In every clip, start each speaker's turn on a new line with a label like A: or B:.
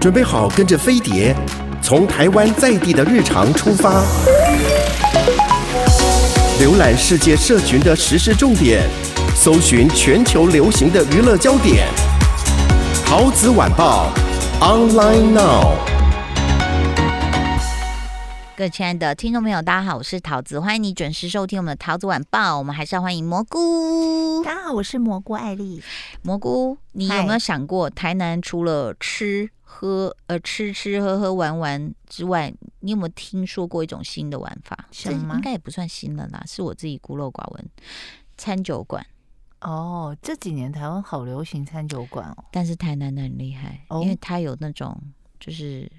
A: 准备好跟着飞碟，从台湾在地的日常出发，浏览世界社群的时事重点，搜寻全球流行的娱乐焦点。桃子晚报，online now。
B: 各位亲爱的听众朋友，大家好，我是桃子，欢迎你准时收听我们的桃子晚报。我们还是要欢迎蘑菇。
C: 大家好，我是蘑菇艾丽。
B: 蘑菇，你有
C: 嗨
B: 没有想过，台南除了吃喝呃吃吃喝喝玩玩之外，你有没有听说过一种新的玩法？
C: 什
B: 这
C: 么
B: 应该也不算新的啦，是我自己孤陋寡闻。餐酒馆，
C: 哦，这几年台湾好流行餐酒馆哦。
B: 但是台南的很厉害，
C: 哦
B: 因为它有那种就是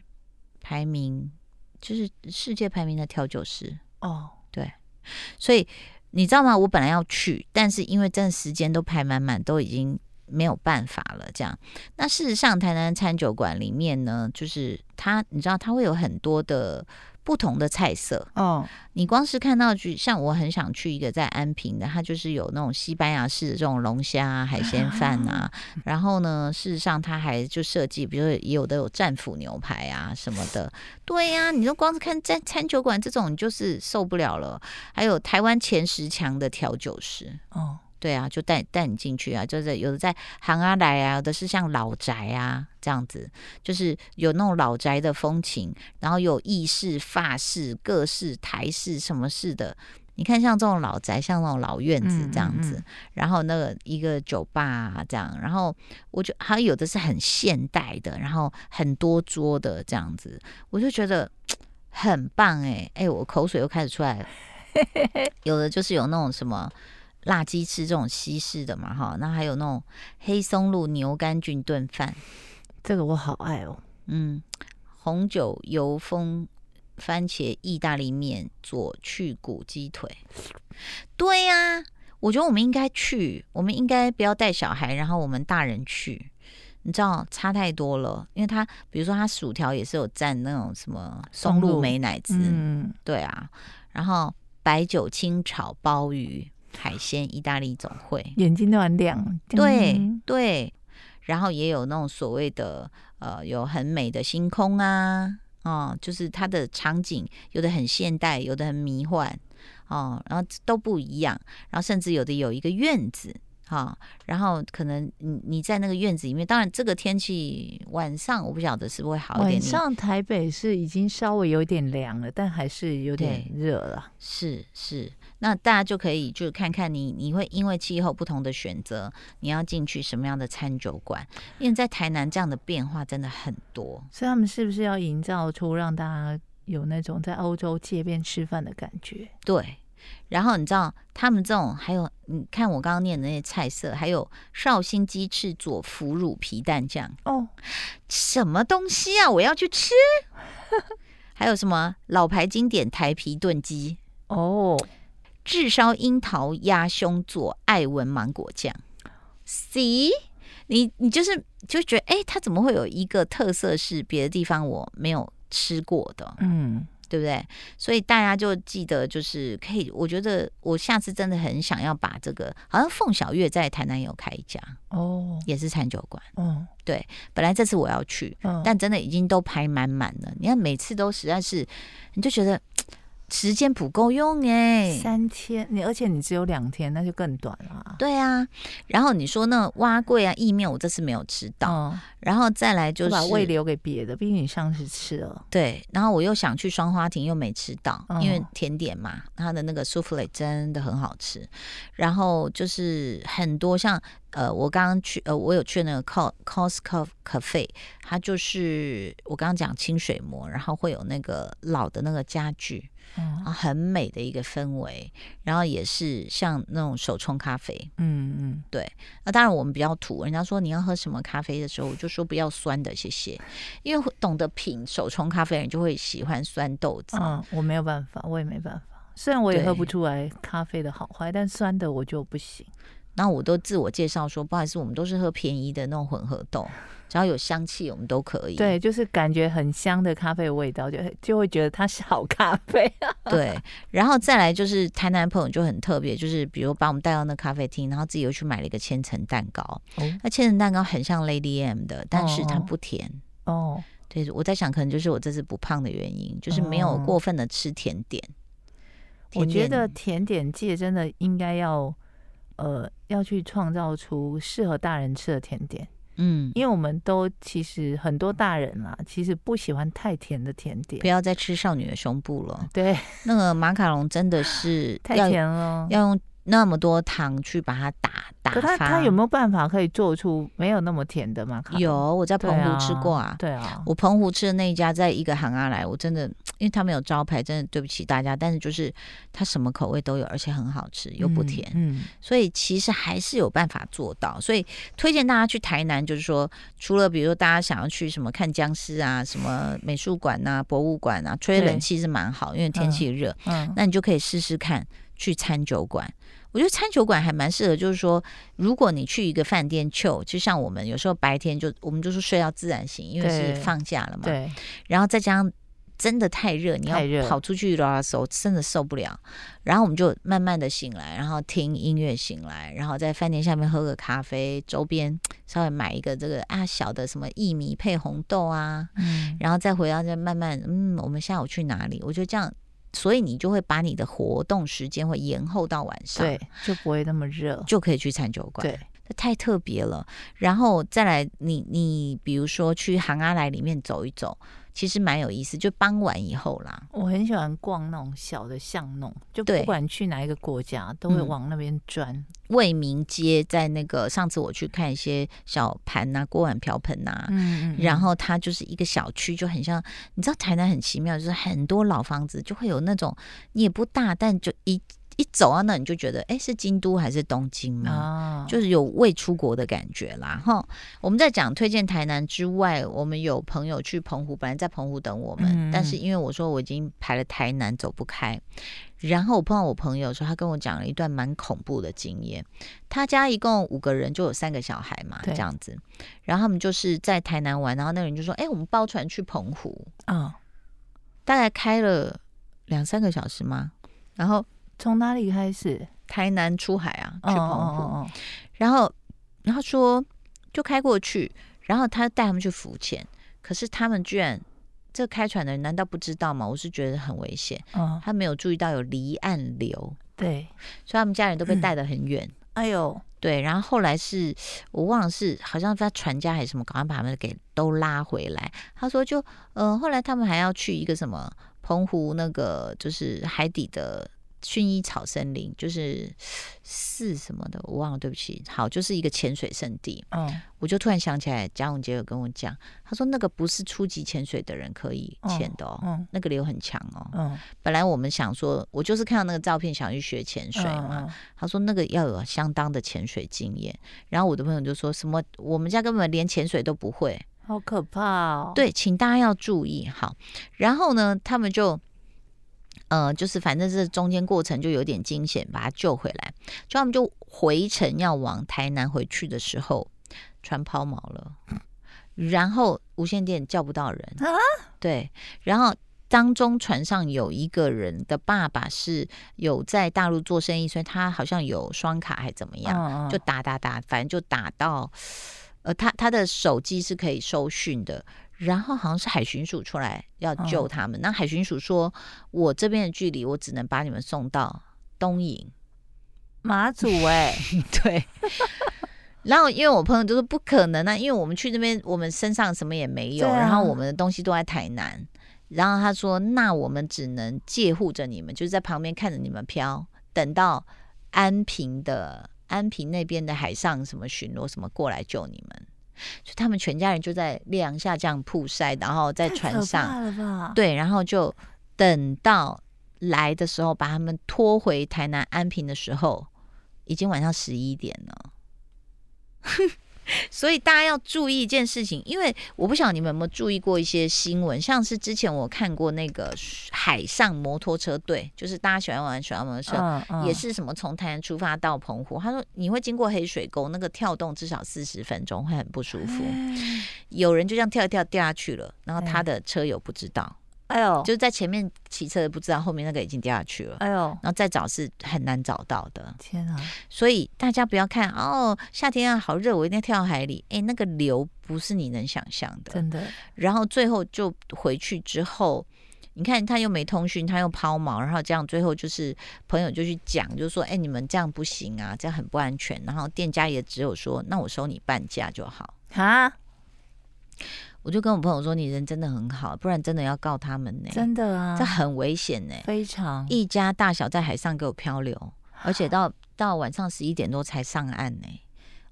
B: 排名，就是世界排名的调酒师。
C: 哦，
B: 所以你知道吗？我本来要去，但是因为真的时间都排满满，都已经没有办法了。这样，那事实上，台南餐酒馆里面呢，就是它，你知道，它会有很多的不同的菜色。
C: 哦，
B: 你光是看到去，像我很想去一个在安平的，它就是有那种西班牙式的这种龙虾、啊、海鲜饭啊。然后呢，事实上它还就设计，比如说也有的有战斧牛排啊什么的。对呀、你就光是看在餐酒馆这种，你就是受不了了。还有台湾前十强的调酒师。
C: 哦，
B: 对啊，就带带你进去啊，就是有的在行阿来啊，有的是像老宅啊这样子，就是有那种老宅的风情，然后有意式、法式、各式、台式什么式的。你看，像这种老宅，像那种老院子
C: 嗯
B: 这样子，
C: 嗯嗯
B: 然后那个一个酒吧、啊、这样，然后我就还有的是很现代的，然后很多桌的这样子，我就觉得很棒哎、哎、我口水又开始出来了。有的就是有那种什么辣鸡翅这种西式的嘛哈，那还有那种黑松露牛肝菌炖饭，
C: 这个我好爱哦。
B: 嗯，红酒油封番茄意大利面左去骨鸡腿，对呀、我觉得我们应该去，我们应该不要带小孩，然后我们大人去。你知道差太多了，因为它比如说它薯条也是有蘸那种什么松
C: 松
B: 露
C: 露
B: 美乃滋，
C: 嗯，
B: 对啊，然后白酒清炒鲍鱼、海鲜意大利总会，
C: 眼睛都很亮。
B: 对
C: 嗯
B: 对，然后也有那种所谓的呃，有很美的星空啊，哦、就是它的场景有的很现代，有的很迷幻，哦，然后都不一样，然后甚至有的有一个院子。哈、然后可能你你在那个院子里面，当然这个天气晚上我不晓得是不是会好一点。
C: 晚
B: 你
C: 上台北是已经稍微有点凉了，但还是有点
B: 对
C: 热了。
B: 是是，那大家就可以就看看你，你会因为气候不同的选择，你要进去什么样的餐酒馆？因为在台南这样的变化真的很多。
C: 所以他们是不是要营造出让大家有那种在欧洲街边吃饭的感觉？
B: 对，然后你知道他们这种还有，你看我刚刚念的那些菜色，还有绍兴鸡翅佐腐乳皮蛋酱，
C: 哦，
B: 什么东西啊？我要去吃。 还有什么老牌经典台皮炖鸡、
C: 哦，
B: 炙烧樱桃鸭胸佐艾文芒果酱。See，你你就是就觉得，哎、它怎么会有一个特色是别的地方我没有吃过的，
C: 嗯，
B: 对不对？所以大家就记得，就是可以，我觉得我下次真的很想要把这个，好像凤小月在台南有开一家，
C: 哦，
B: 也是餐酒馆，
C: 哦，
B: 本来这次我要去，
C: 嗯，
B: 但真的已经都排满满了。你看每次都实在是，你就觉得时间不够用哎、
C: 三天，你而且你只有两天，那就更短了啊。
B: 对啊，然后你说那蛙桂啊、意面，我这次没有吃到。
C: 嗯
B: 然后再来就
C: 就是把胃留给别的，毕竟你上次吃了。
B: 对，然后我又想去双花亭，又没吃到，
C: 哦
B: 因为甜点嘛，它的那个苏芙蕾真的很好吃。然后就是很多像呃，我刚刚去呃，我有去那个 cos cosco cafe，它就是我刚刚讲清水模，然后会有那个老的那个家具，
C: 嗯
B: 然后很美的一个氛围，然后也是像那种手冲咖啡，
C: 嗯
B: 那当然我们比较土，人家说你要喝什么咖啡的时候，我就说不要酸的，谢谢。因为会懂得品手冲咖啡的人就会喜欢酸豆子。
C: 嗯，我没有办法，我也没办法。虽然我也
B: 对
C: 喝不出来咖啡的好坏，但酸的我就不行。
B: 那我都自我介绍说，不好意思，我们都是喝便宜的那种混合豆，只要有香气我们都可以。
C: 对，就是感觉很香的咖啡的味道，就就会觉得它是好咖啡。 啊
B: 对，然后再来就是台南朋友就很特别，就是比如把我们带到那咖啡厅，然后自己又去买了一个千层蛋糕。
C: 哦
B: 那千层蛋糕很像 Lady M 的，但是它
C: 哦
B: 不甜，
C: 哦，
B: 对，我在想，可能就是我这次不胖的原因，就是没有
C: 哦
B: 过分的吃甜点。
C: 我
B: 甜
C: 觉
B: 点
C: 得甜点界真的应该要，呃，要去创造出适合大人吃的甜点，
B: 嗯，
C: 因为我们都其实很多大人啦，其实不喜欢太甜的甜
B: 不
C: 点，
B: 要再吃少女的胸部了。
C: 对，啊
B: 那个马卡龙真的是
C: 太
B: 要
C: 甜了。
B: 要用那么多糖去把它打打
C: 可
B: 发。
C: 他他有没有办法可以做出没有那么甜的马卡龙？
B: 有我在
C: 对
B: 澎湖吃过啊。
C: 对啊，
B: 我澎湖吃的那一家，在一个行阿来，我真的，因为他没有招牌，真的对不起大家。但是就是它什么口味都有，而且很好吃，又不
C: 嗯
B: 甜。
C: 嗯，
B: 所以其实还是有办法做到。所以推荐大家去台南，就是说，除了比如说大家想要去什么看僵尸啊、什么美术馆啊、博物馆啊，吹
C: 对
B: 冷气是蛮好，因为天气热，
C: 嗯
B: 那你就可以试试看去餐酒馆。我觉得餐酒馆还蛮适合，就是说，如果你去一个饭店 chill，就像我们有时候白天就我们就是睡到自然醒，因为
C: 对
B: 是放假了嘛。
C: 对，
B: 然后再加上真的太热，你
C: 太热
B: 要跑出去的时候真的受不了。然后我们就慢慢的醒来，然后听音乐醒来，然后在饭店下面喝个咖啡，周边稍微买一个这个啊小的什么薏米配红豆啊，
C: 嗯
B: 然后再回到再慢慢嗯，我们下午去哪里？我觉得这样，所以你就会把你的活动时间会延后到晚上，
C: 对，就不会那么热。
B: 就可以去餐酒馆。
C: 对，
B: 这太特别了。然后再来你，你比如说去杭阿来里面走一走，其实蛮有意思。就傍晚以后啦，
C: 我很喜欢逛那种小的巷弄，就不
B: 对
C: 管去哪一个国家，都会
B: 嗯
C: 往那边钻。
B: 为民街在那个上次我去看一些小盘呐、啊锅碗瓢盆啊呐、
C: 嗯
B: 然后它就是一个小区，就很像你知道台南很奇妙，就是很多老房子就会有那种你也不大，但就一一走到那你就觉得，哎，是京都还是东京吗？
C: 啊，
B: 就是有未出国的感觉啦，哈。我们在讲推荐台南之外，我们有朋友去澎湖，本来在澎湖等我们，
C: 嗯
B: 但是因为我说我已经排了台南走不开，然后我碰到我朋友的时候，他跟我讲了一段蛮恐怖的经验。他家一共五个人，就有三个小孩嘛，
C: 对
B: 这样子。然后他们就是在台南玩，然后那个人就说：“哎、我们包船去澎湖，
C: 啊，
B: 大概开了两三个小时嘛。”然后
C: 从哪里开始？
B: 台南出海啊，去
C: 哦
B: 澎湖。
C: 哦哦
B: 然后然后说就开过去，然后他带他们去浮潜，可是他们居然这开船的人难道不知道吗？我是觉得很危险，
C: 哦哦，
B: 他没有注意到有离岸流，
C: 对，
B: 所以他们家人都被带得很远。
C: 哎呦，
B: 对，然后后来是我忘了是好像他船家还是什么，赶快把他们给都拉回来。他说就呃，后来他们还要去一个什么澎湖那个就是海底的薰衣草森林，就是是什么的，我忘了，对不起。好，就是一个潜水圣地。
C: 嗯，
B: 我就突然想起来，贾永杰有跟我讲，他说那个不是初级潜水的人可以潜的哦，
C: 嗯
B: 那个流很强哦。
C: 嗯，
B: 本来我们想说，我就是看到那个照片想去学潜水嘛，
C: 嗯，
B: 他说那个要有相当的潜水经验。然后我的朋友就说什么我们家根本连潜水都不会，
C: 嗯好可怕哦。，
B: 对，请大家要注意好。然后呢，他们就。呃，就是反正这中间过程就有点惊险，把他救回来。就他们就回程要往台南回去的时候，船抛锚了，然后无线电叫不到人
C: 啊
B: 对，然后当中船上有一个人的爸爸是有在大陆做生意，所以他好像有双卡还怎么样，
C: 嗯
B: 就打打打，反正就打到，呃，他他的手机是可以收讯的。然后好像是海巡署出来要救
C: 嗯
B: 他们，那海巡署说：“我这边的距离，我只能把你们送到东营。
C: 马祖哎，
B: 对。然后，因为我朋友就说不可能啊，因为我们去那边，我们身上什么也没有，
C: 对啊
B: 然后我们的东西都在台南。然后他说，那我们只能借护着你们，就是在旁边看着你们飘，等到安平的安平那边的海上什么巡逻什么过来救你们。所以他们全家人就在烈阳下这样曝晒，然后在
C: 太
B: 船
C: 可
B: 上
C: 怕了吧？
B: 对，然后就等到来的时候，把他们拖回台南安平的时候，已经晚上十一点了。 所以大家要注意一件事情，因为我不晓得你们有没有注意过一些新闻，像是之前我看过那个海上摩托车队，就是大家喜欢玩水上摩托车，
C: 嗯，嗯
B: 也，是什么从台南出发到澎湖，他说你会经过黑水沟，那个跳动至少四十分钟，会很不舒服。有人就这样跳一跳掉下去了，然后他
C: 嗯
B: 的车友不知道，
C: 哎呦，
B: 就是在前面骑车的不知道，后面那个已经掉下去了。
C: 哎呦，
B: 然后再找是很难找到的，
C: 天啊，
B: 所以大家不要看哦，夏天啊好热，我一定要跳到海里。哎，那个流不是你能想象的。
C: 真的，
B: 然后最后就回去之后，你看他又没通讯，他又抛锚，然后这样最后就是朋友就去讲，就说：“哎，你们这样不行啊，这样很不安全。”然后店家也只有说：“那我收你半价就好。
C: 哈，”
B: 我就跟我朋友说：“你人真的很好，不然真的要告他们呢、
C: 真的啊
B: 这，很危险呢、
C: 非常
B: 一家大小在海上给我漂流，而且到到晚上十一点多才上岸呢、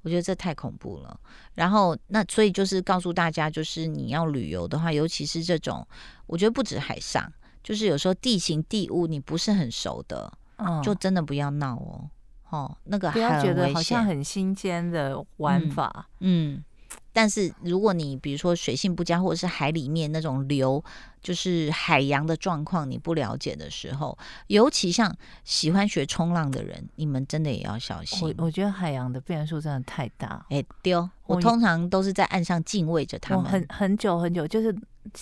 B: 我觉得这太恐怖了。然后那所以就是告诉大家，就是你要旅游的话，尤其是这种，我觉得不止海上，就是有时候地形地物你不是很熟的，
C: 嗯
B: 就真的不要闹哦。哦，那个
C: 不要
B: 很
C: 觉得
B: 危
C: 好像
B: 险
C: 很新鲜的玩法，
B: 嗯，但是如果你比如说水性不佳，或者是海里面那种流，就是海洋的状况你不了解的时候，尤其像喜欢学冲浪的人，你们真的也要小心。
C: 我我觉得海洋的变数真的太大，
B: 哎，丢、
C: 我
B: 我通常都是在岸上敬畏着他
C: 我
B: 们。
C: 很很久很久，就是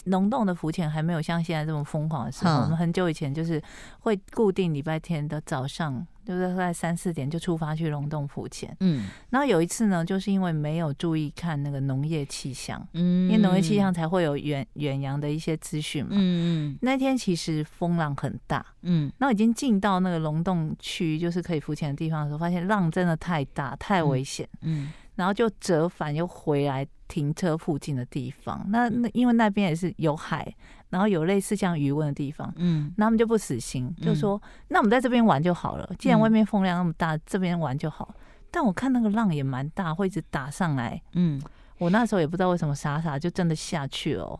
C: 农洞的浮潜还没有像现在这么疯狂的时候，
B: 嗯
C: 我们很久以前就是会固定礼拜天的早上，就是大概三四点就出发去龙洞浮潜。
B: 嗯
C: 然后有一次呢，就是因为没有注意看那个农业气象，
B: 嗯
C: 因为农业气象，才会有远远洋的一些资讯嘛。
B: 嗯
C: 那天其实风浪很大，
B: 嗯
C: 那已经进到那个龙洞区，就是可以浮潜的地方的时候，发现浪真的太大，太危险。
B: 嗯
C: 然后就折返又回来停车附近的地方。那那因为那边也是有海，然后有类似像余温的地方，
B: 嗯
C: 那他们就不死心，
B: 嗯
C: 就说、那我们在这边玩就好了。既然
B: 嗯
C: 外面风量那么大，这边玩就好。但我看那个浪也蛮大，会一直打上来。
B: 嗯
C: 我那时候也不知道为什么傻傻就真的下去了哦。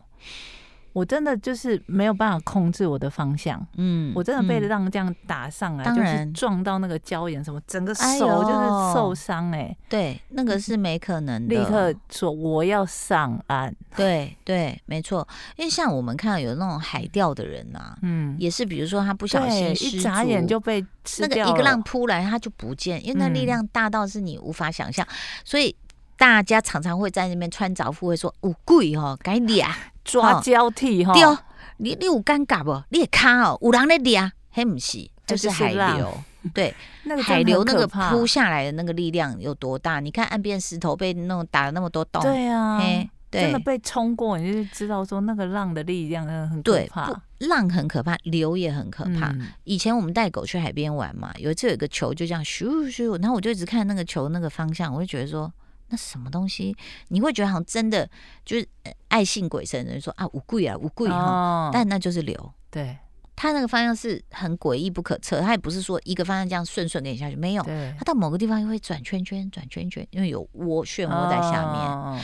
C: 我真的就是没有办法控制我的方向，
B: 嗯
C: 我真的被浪这样打上来，
B: 当
C: 就是
B: 然
C: 撞到那个礁岩什么，整个
B: 哎
C: 手就是
B: 呦
C: 受伤哎、
B: 对那个是没可能的，
C: 立刻说我要上岸。
B: 对对，没错，因为像我们看到有那种海钓的人呐、啊，
C: 嗯，
B: 也是，比如说他不小
C: 对，
B: 心失
C: 一眨眼
B: 足
C: 就被吃
B: 那个
C: 掉
B: 一个
C: 了
B: 浪扑来，它就不见，因为那力
C: 嗯
B: 量大到是你无法想象，所以大家常常会在那边穿凿附会说有鬼哦，该 俩
C: 抓
B: 哦
C: 交替哈，
B: 对哦，你你有尴尬不？你也卡哦，有人在俩，嘿不是，
C: 那
B: 就是
C: 就是
B: 海
C: 浪
B: 流， 对，
C: 那个真的
B: 海流
C: 很
B: 那个
C: 可怕
B: 扑下来的那个力量有多大？你看岸边石头被弄打了那么多洞，
C: 对啊，
B: 嘿，
C: 真
B: 对
C: 的。被冲过，你就知道说那个浪的力量真的很可
B: 对，
C: 怕，
B: 不浪很可怕，流也很可怕。
C: 嗯
B: 以前我们带狗去海边玩嘛，有一次有一个球就这样咻咻，然后我就一直看那个球那个方向，我就觉得说那什么东西，你会觉得好像真的就是呃爱信鬼神的人说啊无贵啊无贵哈，
C: 哦
B: 但那就是流，
C: 对
B: 它那个方向是很诡异不可测，它也不是说一个方向这样顺顺给你下去，没有，
C: 对
B: 它，到某个地方又会转圈圈转圈圈，因为有涡漩涡在下面。
C: 哦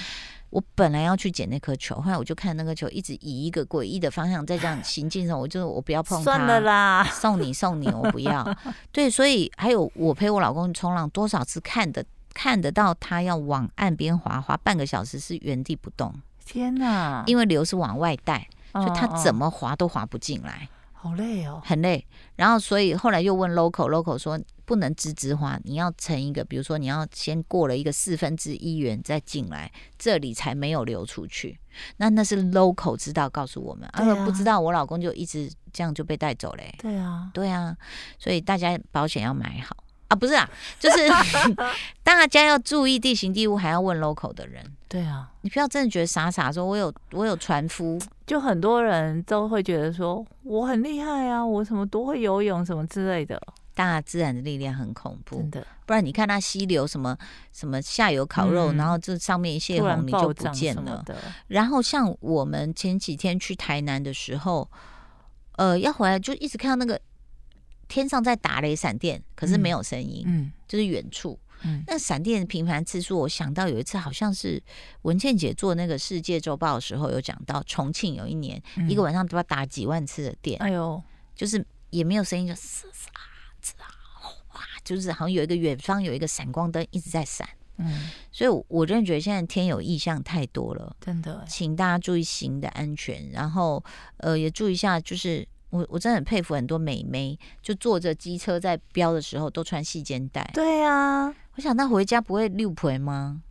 B: 我本来要去捡那颗球，后来我就看那个球一直以一个诡异的方向在这样行进上，我就我不要碰它，
C: 算了啦，
B: 送你送你，我不要。 对，所以还有我陪我老公去冲浪，多少次看得看得到他要往岸边滑，滑半个小时是原地不动，
C: 天哪，
B: 因为流是往外带，所以他
C: 嗯嗯
B: 怎么滑都滑不进来，
C: 好累哦？
B: 很累。然后所以后来又问 local，local 说不能直直滑，你要乘一个，比如说你要先过了一个四分之一元再进来，这里才没有流出去。那那是 local 知道告诉我们，
C: 对啊
B: 不知道我老公就一直这样就被带走嘞、
C: 对啊，
B: 对啊，所以大家保险要买好啊，不是啊，就是 大家要注意地形地物，还要问 local 的人。
C: 对啊，
B: 你不要真的觉得傻傻说，我有我有船夫，
C: 就很多人都会觉得说我很厉害啊，我什么多会游泳什么之类的，
B: 大自然的力量很恐怖
C: 真。的
B: 不然你看它溪流什么什么下游烤肉，
C: 嗯
B: 然后这上面一泄
C: 突然
B: 洪你就
C: 暴
B: 不
C: 涨
B: 见
C: 什么
B: 了。
C: 的，
B: 然后像我们前几天去台南的时候，呃，要回来就一直看到那个天上在打雷闪电，可是没
C: 嗯
B: 有声音，
C: 嗯
B: 就是远处。
C: 嗯，
B: 那闪电频繁次数，我想到有一次好像是文倩姐做那个世界周报的时候有讲到，重庆有一年、
C: 嗯
B: 一个晚上都要打几万次的电，
C: 哎呦，
B: 就是也没有声音，就嘶嘶啊嘶啊哗，就是好像有一个远方有一个闪光灯一直在闪，
C: 嗯，
B: 所以我我真的觉得现在天有异象太多了，
C: 真的，
B: 请大家注意行的安全，然后呃也注意一下就是。我我真的很佩服很多美眉，就坐着机车在飙的时候都穿细肩带，
C: 对啊，
B: 我想那回家不会六盆吗？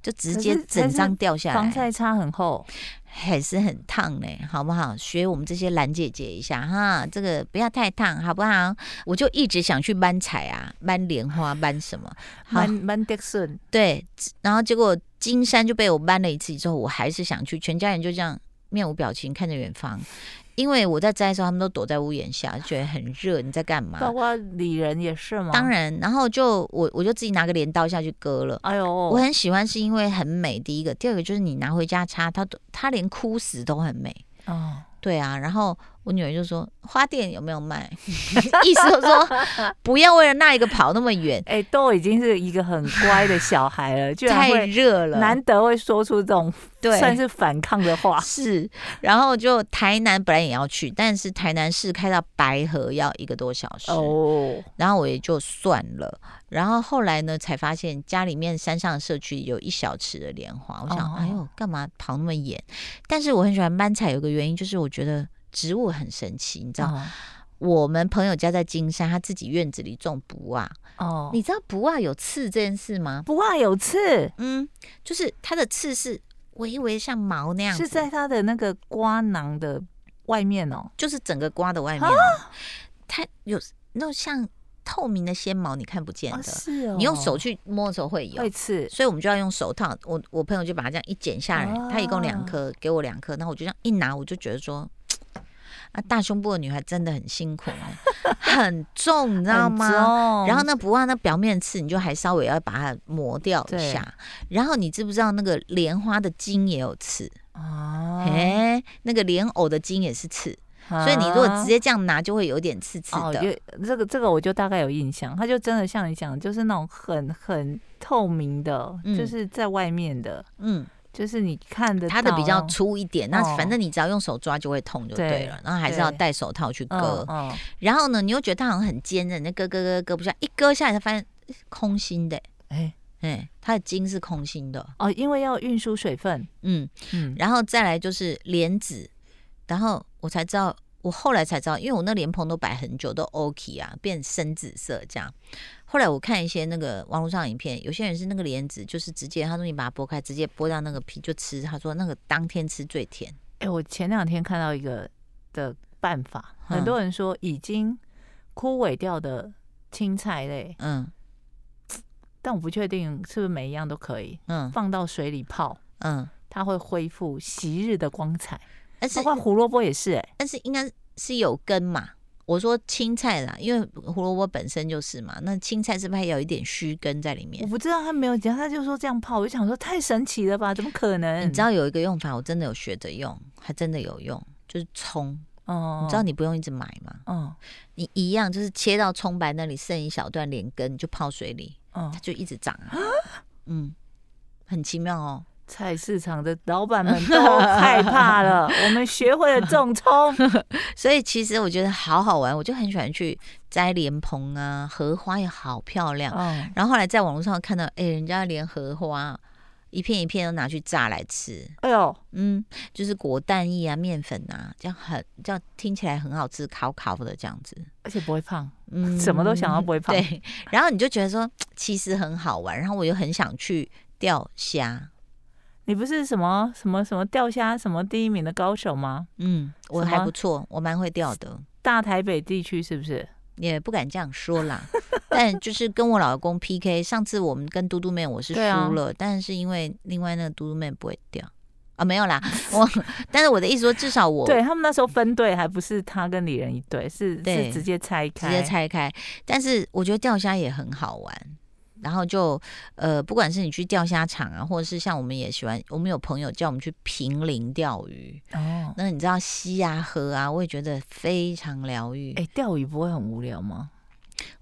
B: 就直接
C: 可是
B: 整张掉下
C: 防
B: 来，
C: 晒擦很厚，
B: 还是很烫嘞、好不好？学我们这些蓝姐姐一下哈，这个不要太烫，好不好？我就一直想去 搬彩啊，搬莲花，搬什么？好
C: 蛮蛮 d i
B: 对，然后结果金山就被我搬了一次之后，我还是想去，全家人就这样面无表情看着远方。因为我在摘的时候，他们都躲在屋檐下，就觉得很热，你在干嘛？
C: 包括李仁也是吗？
B: 当，然，然后就我我就自己拿个镰刀下去割了。
C: 哎呦，
B: 我
C: 我
B: 很喜欢，是因为很美。第一个，第二个就是你拿回家插，它都它连枯死都很美。
C: 哦，
B: 对啊，然后我女儿就说花店有没有卖？ 意思就是说不要为了那一个跑那么远，
C: 哎、都已经是一个很乖的小孩了，居然
B: 太
C: 会
B: 热了。
C: 难得会说出这种
B: 对，
C: 算是反抗的话
B: 是，然后就台南本来也要去，但是台南市开到白河要一个多小时，
C: 哦，
B: 然后我也就算了。然后后来呢，才发现家里面山上社区有一小池的莲花，我想，
C: 哦
B: 哎呦，干嘛跑那么远？但是我很喜欢班彩，有个原因就是我觉得植物很神奇，你知道，
C: 哦
B: 我们朋友家在金山，他自己院子里种卜啊，
C: 哦，
B: 你知道卜啊有刺这件事吗？
C: 不啊有刺，
B: 嗯，就是它的刺是微微像毛那样子，
C: 是在他的那个瓜囊的外面哦，
B: 就是整个瓜的外面啊、它有那种像透明的纤毛，你看不见
C: 啊
B: 的。
C: 是哦，
B: 你用手去摸的时候会有
C: 会，刺，
B: 所以我们就要用手套。我我朋友就把它这样一剪下来，
C: 哦
B: 他一共两颗，给我两颗，那我就这样一拿，我就觉得说。啊，大胸部的女孩真的很辛苦、欸， 很重，你知道吗？
C: 吗
B: 然后那不按那表面刺，你就还稍微要把它磨掉一下。然后你知不知道那个莲花的茎也有刺？
C: 哦，
B: 哎、那个莲藕的茎也是刺，
C: 啊
B: 所以你如果直接这样拿，就会有点刺刺
C: 哦，
B: 的。
C: 就这个这个我就大概有印象，它就真的像你讲的，就是那种很很透明的，
B: 嗯
C: 就是在外面的，
B: 嗯，
C: 就是你看得到
B: 它的比较粗一点，那
C: 哦
B: 反正你只要用手抓就会痛就对了。然后还是要戴手套去
C: 然后
B: 割。
C: 嗯嗯
B: 然后呢，你又觉得它好像很坚韧，那割割割割不下，一割下来才发现诶空心的、
C: 哎、
B: 哎、它的茎是空心的。
C: 哦，因为要运输水分，
B: 嗯，
C: 嗯，
B: 然后再来就是莲子，然后我才知道，我后来才知道，因为我那莲蓬都摆很久，都 OK 啊，变深紫色这样。后来我看一些那个网络上影片，有些人是那个莲子，就是直接他说你把它剥开，直接剥掉那个皮就吃，他说那个当天吃最甜。
C: 哎、我前两天看到一个的办法，
B: 嗯
C: 很多人说已经枯萎掉的青菜类，
B: 嗯
C: 但我不确定是不是每一样都可以
B: 嗯
C: 放到水里泡，
B: 嗯，
C: 它会恢复昔日的光彩，
B: 但是
C: 包括胡萝卜也是、哎，
B: 但是应该是有根嘛。我说青菜啦，因为胡萝卜本身就是嘛，那青菜是不是还有一点须根在里面
C: 我？不知道他没有讲，他就说这样泡，我就想说太神奇了吧，怎么可能？
B: 你知道有一个用法，我真的有学着用，还真的有用，就是葱。
C: 哦，
B: 你知道你不用一直买吗？
C: 哦，
B: 你一样就是切到葱白那里剩一小段连根，你就泡水里，
C: 哦
B: 它就一直长啊。嗯，很奇妙哦。
C: 菜市场的老板们都害怕了，我们学会了 种葱，
B: 所以其实我觉得好好玩，我就很喜欢去摘莲蓬啊，荷花也好漂亮。
C: 嗯，
B: 然后后来在网络上看到，哎、人家连荷花一片一片都拿去炸来吃，
C: 哎呦，
B: 嗯，就是果蛋液啊、面粉啊，这样很这样听起来很好吃，烤烤的这样子。
C: 而且不会胖，
B: 嗯
C: 什么都想 要不会胖
B: 对，然后你就觉得说其实很好玩，然后我又很想去钓虾。
C: 你不是什么什么什么钓虾什么第一名的高手吗？
B: 嗯，我
C: 什
B: 还
C: 么
B: 不错，我蛮会钓的，
C: 大台北地区是不是？
B: 也不敢这样说啦。 但就是跟我老公 PK，上次我们跟嘟嘟妹我是输
C: 对啊
B: 了，但是因为另外那个嘟嘟妹不会钓啊，没有啦，我 但是我的意思说，至少我
C: 对他们那时候分队，还不是他跟李仁一队，是
B: 对
C: 是直接拆
B: 直
C: 开，
B: 接拆开。但是我觉得钓虾也很好玩。然后就，呃，不管是你去钓虾场啊，或者是像我们也喜欢，我们有朋友叫我们去平林钓鱼，
C: 哦。
B: 那你知道吸啊喝啊，我也觉得非常疗愈。
C: 哎，钓鱼不会很无聊吗？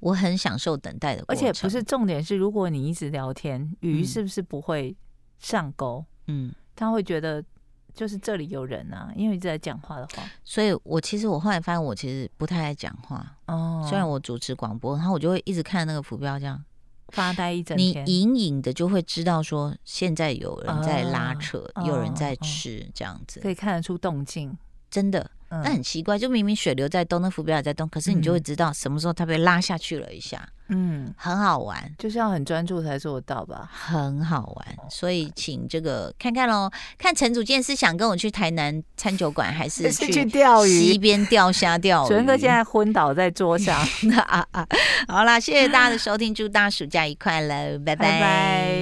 B: 我很享受等待的过
C: 而
B: 程，
C: 且不是重点是，如果你一直聊天，鱼
B: 嗯
C: 是不是不会上钩？
B: 嗯，
C: 他会觉得就是这里有人啊，因为一直在讲话的话。
B: 所以我其实我后来发现我其实不太爱讲话，
C: 哦
B: 虽然我主持广播，然后我就会一直看那个浮标，这样
C: 发呆一整
B: 你
C: 天，
B: 隐隐的就会知道说现在有人在拉扯，
C: 哦
B: 有人在
C: 哦
B: 吃这样子，
C: 可以看得出动静。
B: 真的。
C: 嗯
B: 那很奇怪，就明明水流在动，那浮标也在动，可是你就会
C: 嗯
B: 知道什么时候它被拉下去了一下，
C: 嗯，
B: 很好玩。
C: 就是要很专注才做得到吧？
B: 很好
C: 哦
B: 玩，所以请这个看看喽。看陈祖健是想跟我去台南餐酒馆，还 是去
C: 钓
B: 溪。边钓虾钓鱼？
C: 纯哥现在昏倒在桌上，
B: 啊啊！好啦，谢谢大家的收听，祝大家暑假愉快喽，拜
C: 拜拜。